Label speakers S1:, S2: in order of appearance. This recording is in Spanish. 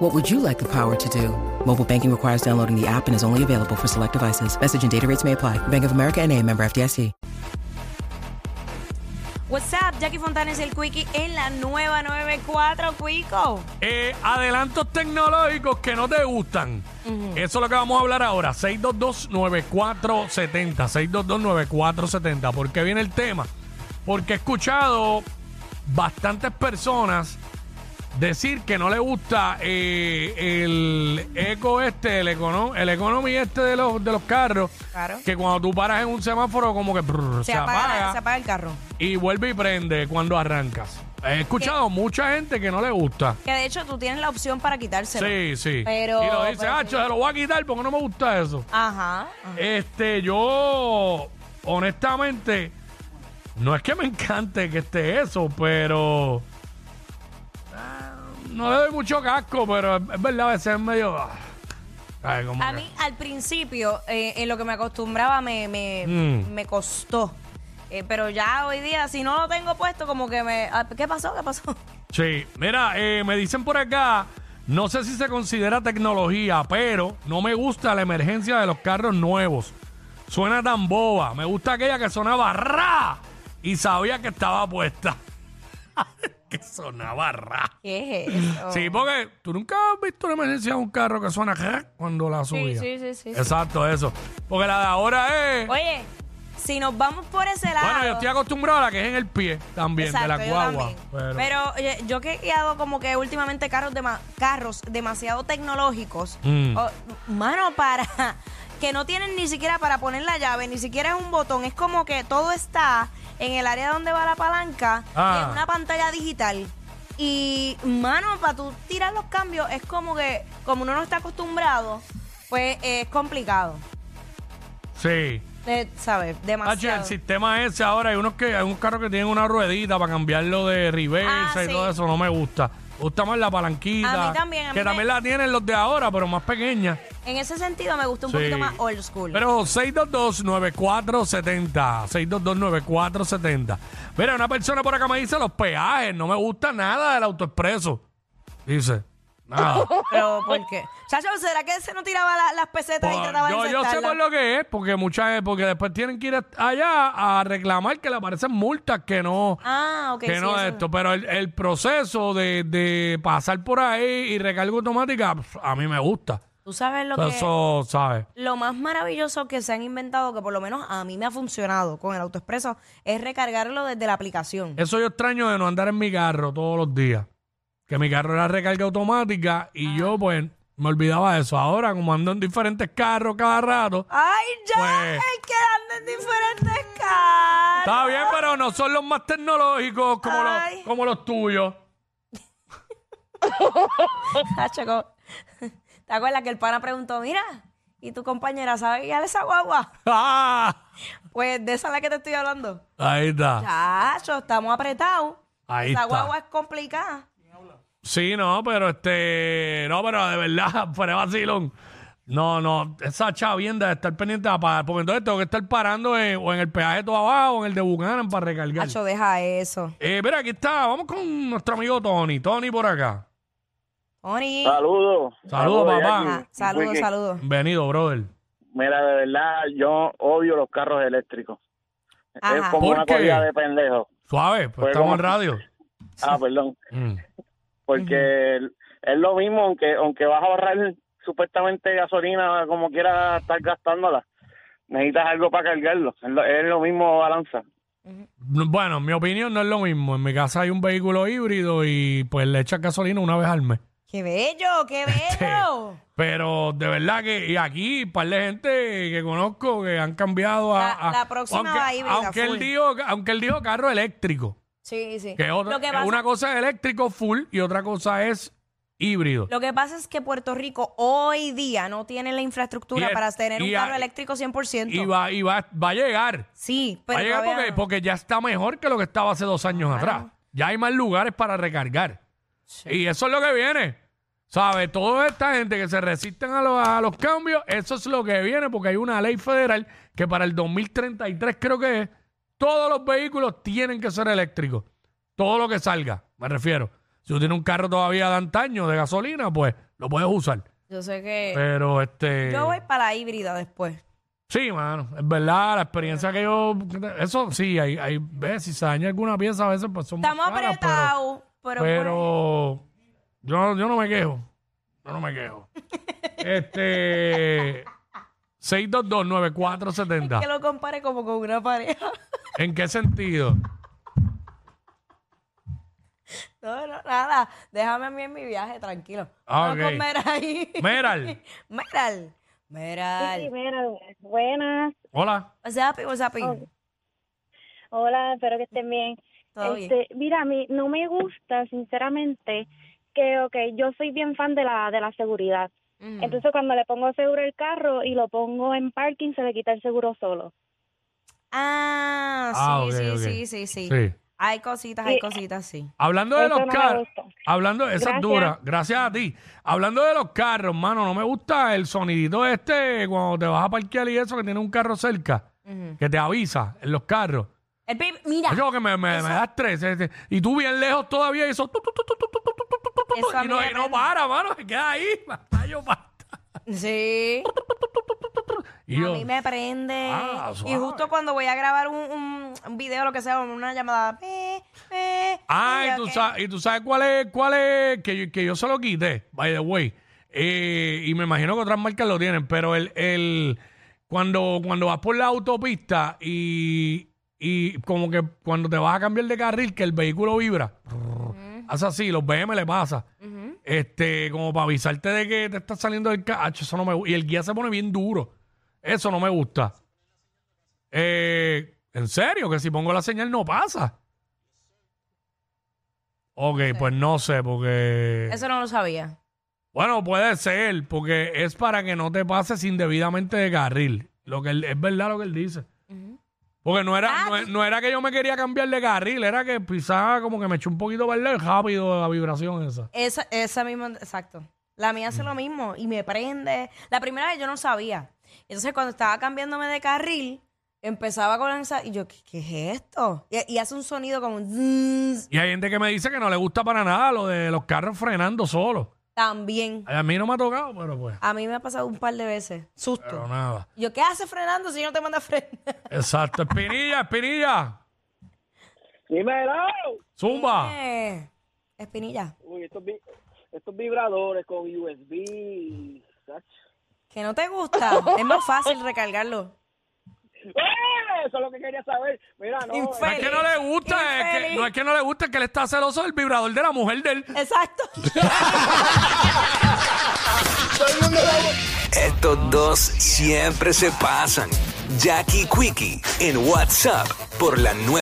S1: What would you like the power to do? Mobile banking requires downloading the app and is only available for select devices. Message and data rates may apply. Bank of America and a member FDIC.
S2: What's up, Jackie Fontanes y el Quickie en la nueva 94, Quico.
S3: Eh, adelantos tecnológicos que no te gustan. Eso es lo que vamos a hablar ahora. 622-9470. 622-9470. ¿Por qué viene el tema? Porque he escuchado bastantes personas decir que no le gusta eh, el eco este, el, econo, el economy este de los, de los carros.
S2: Claro.
S3: Que cuando tú paras en un semáforo, como que brr,
S2: Se, apaga,
S3: ¿eh?
S2: se apaga el carro.
S3: y vuelve y prende cuando arrancas. He escuchado mucha gente que no le gusta.
S2: Que de hecho tú tienes la opción para quitárselo.
S3: Sí, sí.
S2: Pero-
S3: y lo dice,
S2: pero-
S3: ah, cho, se lo voy a quitar porque no me gusta eso.
S2: Ajá. ajá.
S3: Este, yo, honestamente, no es que me encante que esté eso, pero. ah, No le doy mucho casco, pero es, es verdad, a veces es medio. ah, ay, como
S2: A
S3: que-
S2: mí al principio, eh, en lo que me acostumbraba, me, me,
S3: Mm.
S2: me costó. Eh, pero ya hoy día, si no lo tengo puesto, como que me... ah, ¿Qué pasó? ¿Qué pasó?
S3: Sí, mira, eh, me dicen por acá, no sé si se considera tecnología, pero no me gusta la emergencia de los carros nuevos. Suena tan boba. Me gusta aquella que sonaba ra y sabía que estaba puesta. que sonaba ra.
S2: ¿Qué es eso?
S3: Sí, porque tú nunca has visto una emergencia de un carro que suena ra cuando la subía.
S2: sí, sí, sí, sí.
S3: Exacto, eso. Porque la de ahora es.
S2: Oye, si nos vamos por ese lado...
S3: bueno, yo estoy acostumbrado a la que es en el pie también, de la
S2: Exacto, yo
S3: guagua.
S2: también.
S3: pero-
S2: Pero, oye, yo que he guiado como que últimamente carros, dema- carros demasiado tecnológicos,
S3: Mm.
S2: o- mano, para que no tienen ni siquiera para poner la llave, ni siquiera es un botón, es como que todo está en el área donde va la palanca,
S3: Ah.
S2: y en una pantalla digital. Y, mano, para tú tirar los cambios es como que, como uno no está acostumbrado, pues es complicado.
S3: Sí.
S2: Eh, ¿Sabes?
S3: Hacho,
S2: Demasiado.
S3: el sistema ese ahora hay unos que hay unos carros que tienen una ruedita para cambiarlo de reversa
S2: Ah,
S3: y
S2: sí.
S3: todo eso no me gusta. Me gusta más la palanquita.
S2: A mí también, a mí
S3: que
S2: me-
S3: también la tienen los de ahora, pero más pequeña.
S2: en ese sentido me gusta un poquito
S3: Sí.
S2: más old school.
S3: Pero 622-9470. 622-9470. Mira, una persona por acá me dice los peajes. No me gusta nada del autoexpreso. Dice. Nada.
S2: Pero, ¿por qué? Chacho, ¿será que se no tiraba la- las pesetas y trataba
S3: Pues, yo,
S2: de
S3: yo sé
S2: insertarlas?
S3: por lo que es, porque muchas porque después tienen que ir allá a reclamar que le aparecen multas que no,
S2: Ah, ok.
S3: que
S2: sí,
S3: no
S2: eso-
S3: es esto, pero el, el proceso de, de pasar por ahí y recarga automática, pf, a mí me gusta.
S2: Tú sabes lo
S3: O sea,
S2: que...
S3: Eso, ¿sabes?
S2: Lo más maravilloso que se han inventado, que por lo menos a mí me ha funcionado con el AutoExpreso, es recargarlo desde la aplicación.
S3: Eso yo extraño de no andar en mi carro todos los días. Que mi carro era recarga automática y yo, pues, me olvidaba de eso. Ahora, como ando en diferentes carros cada rato,
S2: ¡Ay, ya! ¡Hay
S3: Pues-
S2: que andar en diferentes caras!
S3: está bien, pero no son los más tecnológicos como,
S2: Ay.
S3: los, como los tuyos.
S2: Chacho, co- ¿Te acuerdas que el pana preguntó, mira, y tu compañera sabe guiar esa guagua?
S3: ¡Ah!
S2: Pues de esa es la que te estoy hablando.
S3: Ahí está.
S2: Chacho, estamos apretados.
S3: Ahí
S2: esa
S3: está.
S2: guagua es complicada.
S3: Sí, no, pero este. No, pero de verdad, fuera de vacilón. No, no, esa chavienda de estar pendiente a pagar. Porque entonces tengo que estar parando en- o en el peaje todo abajo o en el de Bucanan para recargar.
S2: Hacho, deja eso.
S3: Eh, mira, aquí está. Vamos con nuestro amigo Tony. Tony por acá.
S2: Tony.
S4: Saludos.
S3: Saludos, papá.
S4: Jackie.
S2: Ah, Saludos,
S4: Wiki.
S2: saludos.
S3: Bienvenido, brother.
S4: Mira, de verdad, yo odio los carros eléctricos. Es
S2: Ajá.
S4: como
S3: ¿Por
S4: una
S3: qué?
S4: corrida de pendejo.
S3: Suave, pues
S4: Pues
S3: estamos
S4: vamos.
S3: en radio.
S4: Ah, perdón.
S3: Mm.
S4: Porque es lo mismo, aunque aunque vas a ahorrar supuestamente gasolina, como quieras estar gastándola, necesitas algo para cargarlo. Es lo, es lo mismo balanza.
S3: Bueno, en mi opinión no es lo mismo. En mi casa hay un vehículo híbrido y pues le echas gasolina una vez al mes.
S2: ¡Qué bello, qué
S3: Este,
S2: bello!
S3: Pero de verdad que y aquí un par de gente que conozco que han cambiado a...
S2: La-
S3: a-
S2: la próxima
S3: aunque,
S2: va híbrida,
S3: aunque
S2: full.
S3: él dijo Aunque él dijo carro eléctrico.
S2: Sí, sí.
S3: Que, otra-
S2: Lo que
S3: que
S2: pasa-
S3: una cosa es eléctrico full y otra cosa es híbrido.
S2: Lo que pasa es que Puerto Rico hoy día no tiene la infraestructura
S3: Y es-
S2: para tener un
S3: y a-
S2: carro eléctrico 100%.
S3: Y va, y va, va a llegar.
S2: sí, pero
S3: va a llegar
S2: todavía
S3: porque,
S2: no.
S3: porque ya está mejor que lo que estaba hace dos años atrás. Ya hay más lugares para recargar. Y eso es lo que viene. ¿Sabes? Toda esta gente que se resisten a, los- a los cambios, eso es lo que viene porque hay una ley federal que para el 2033 creo que es, todos los vehículos tienen que ser eléctricos. Todo lo que salga, me refiero. Si tú tienes un carro todavía de antaño, de gasolina, pues lo puedes usar.
S2: Yo sé que
S3: Pero este...
S2: Eh, yo voy para la híbrida después.
S3: Sí, mano, es verdad, la experiencia que yo. Eso sí, hay, hay ves, si se daña alguna pieza a veces, pues son.
S2: Estamos
S3: más caras,
S2: apretados, pero, pues,
S3: Pero, pero yo, yo no me quejo. Yo no me quejo.
S2: pues, que
S3: este. 6229470.
S2: lo compare como con una pareja.
S3: ¿En qué sentido?
S2: No, no, nada. Déjame a mí en mi viaje, tranquilo.
S3: Ah,
S2: Vamos
S3: ok.
S2: con Meral ahí.
S3: Meral.
S2: Meral. Meral.
S5: Sí, mira, buenas.
S3: Hola.
S2: What's up, what's up?
S5: Hola, espero que estén bien.
S2: Todo bien.
S5: Este, mira, a mí no me gusta, sinceramente, que, ok, yo soy bien fan de la, de la seguridad.
S2: Mm.
S5: Entonces, cuando le pongo seguro al carro y lo pongo en parking, se le quita el seguro solo.
S2: Ah,
S3: Ah,
S2: sí,
S3: ok,
S2: sí,
S3: ok.
S2: sí, sí, sí,
S3: Sí.
S2: Hay cositas, hay
S5: Sí.
S2: cositas, sí.
S3: Hablando de
S5: Eso
S3: los
S5: no me
S3: carros.
S5: gusta.
S3: Hablando, esa es
S5: Gracias.
S3: dura. Gracias a ti. Hablando de los carros, mano, no me gusta el sonidito este cuando te vas a parquear y eso que tiene un carro cerca, que te avisa en los carros.
S2: El pip, eh, mira,
S3: Yo que me, me, me da estrés. este, y tú bien lejos todavía y eso. tu, tu, tu, tu, tu, tu, tu, tu, tu, tu, tu,
S2: Eso a
S3: y
S2: mí
S3: no,
S2: me
S3: y no
S2: prende.
S3: para, mano. Se queda ahí. Basta, yo basta.
S2: sí,
S3: Y
S2: a
S3: yo,
S2: mí me prende.
S3: Ah,
S2: y
S3: suave.
S2: justo cuando voy a grabar un, un, un video, lo que sea, una llamada, pe, pe,
S3: ah,
S2: yo,
S3: y tú,
S2: ok.
S3: sabes, y tú sabes cuál es, cuál es, que yo, que yo se lo quité, by the way. Eh, y me imagino que otras marcas lo tienen, pero el, el cuando, cuando vas por la autopista y, y como que cuando te vas a cambiar de carril, que el vehículo vibra, hace así, los BM le pasa. Este, como para avisarte de que te estás saliendo del carro, eso no me gu- Y el guía se pone bien duro. Eso no me gusta. Eh, en serio, que si pongo la señal no pasa. Ok, pues no sé, porque.
S2: Eso no lo sabía.
S3: Bueno, puede ser, porque es para que no te pases indebidamente de carril. Lo que él- es verdad lo que él dice. Porque no era,
S2: Ah,
S3: no, e- no era que yo me quería cambiar de carril, era que pisaba como que me eché un poquito verde rápido la vibración esa.
S2: Esa, esa misma, exacto. La mía
S3: Mm.
S2: hace lo mismo y me prende. La primera vez yo no sabía. Entonces cuando estaba cambiándome de carril, empezaba con esa y yo, ¿qué, qué es esto? Y, y hace un sonido como un zzzz.
S3: Y hay gente que me dice que no le gusta para nada lo de los carros frenando solos.
S2: también.
S3: A mí no me ha tocado, pero pues.
S2: A mí me ha pasado un par de veces. Susto.
S3: Pero nada.
S2: Y Yo, ¿qué hace frenando si yo no te mando a frenar?
S3: Exacto. Espinilla, espinilla.
S6: Dímelo.
S3: Zumba.
S2: Eh, espinilla,
S6: Uy, estos, vi- estos vibradores con USB. ¡sach!
S2: que no te gusta. es más fácil recargarlo.
S6: ¡Eh! Eso es lo que quería saber. Mira, no.
S3: No es
S2: Infeliz.
S3: que no le gusta, es que,
S2: Infeliz.
S3: no es que no le gusta, es que le está celoso del vibrador de la mujer de él.
S2: Exacto.
S7: Estos dos siempre se pasan. Jackie Quickie en WhatsApp por la nueva.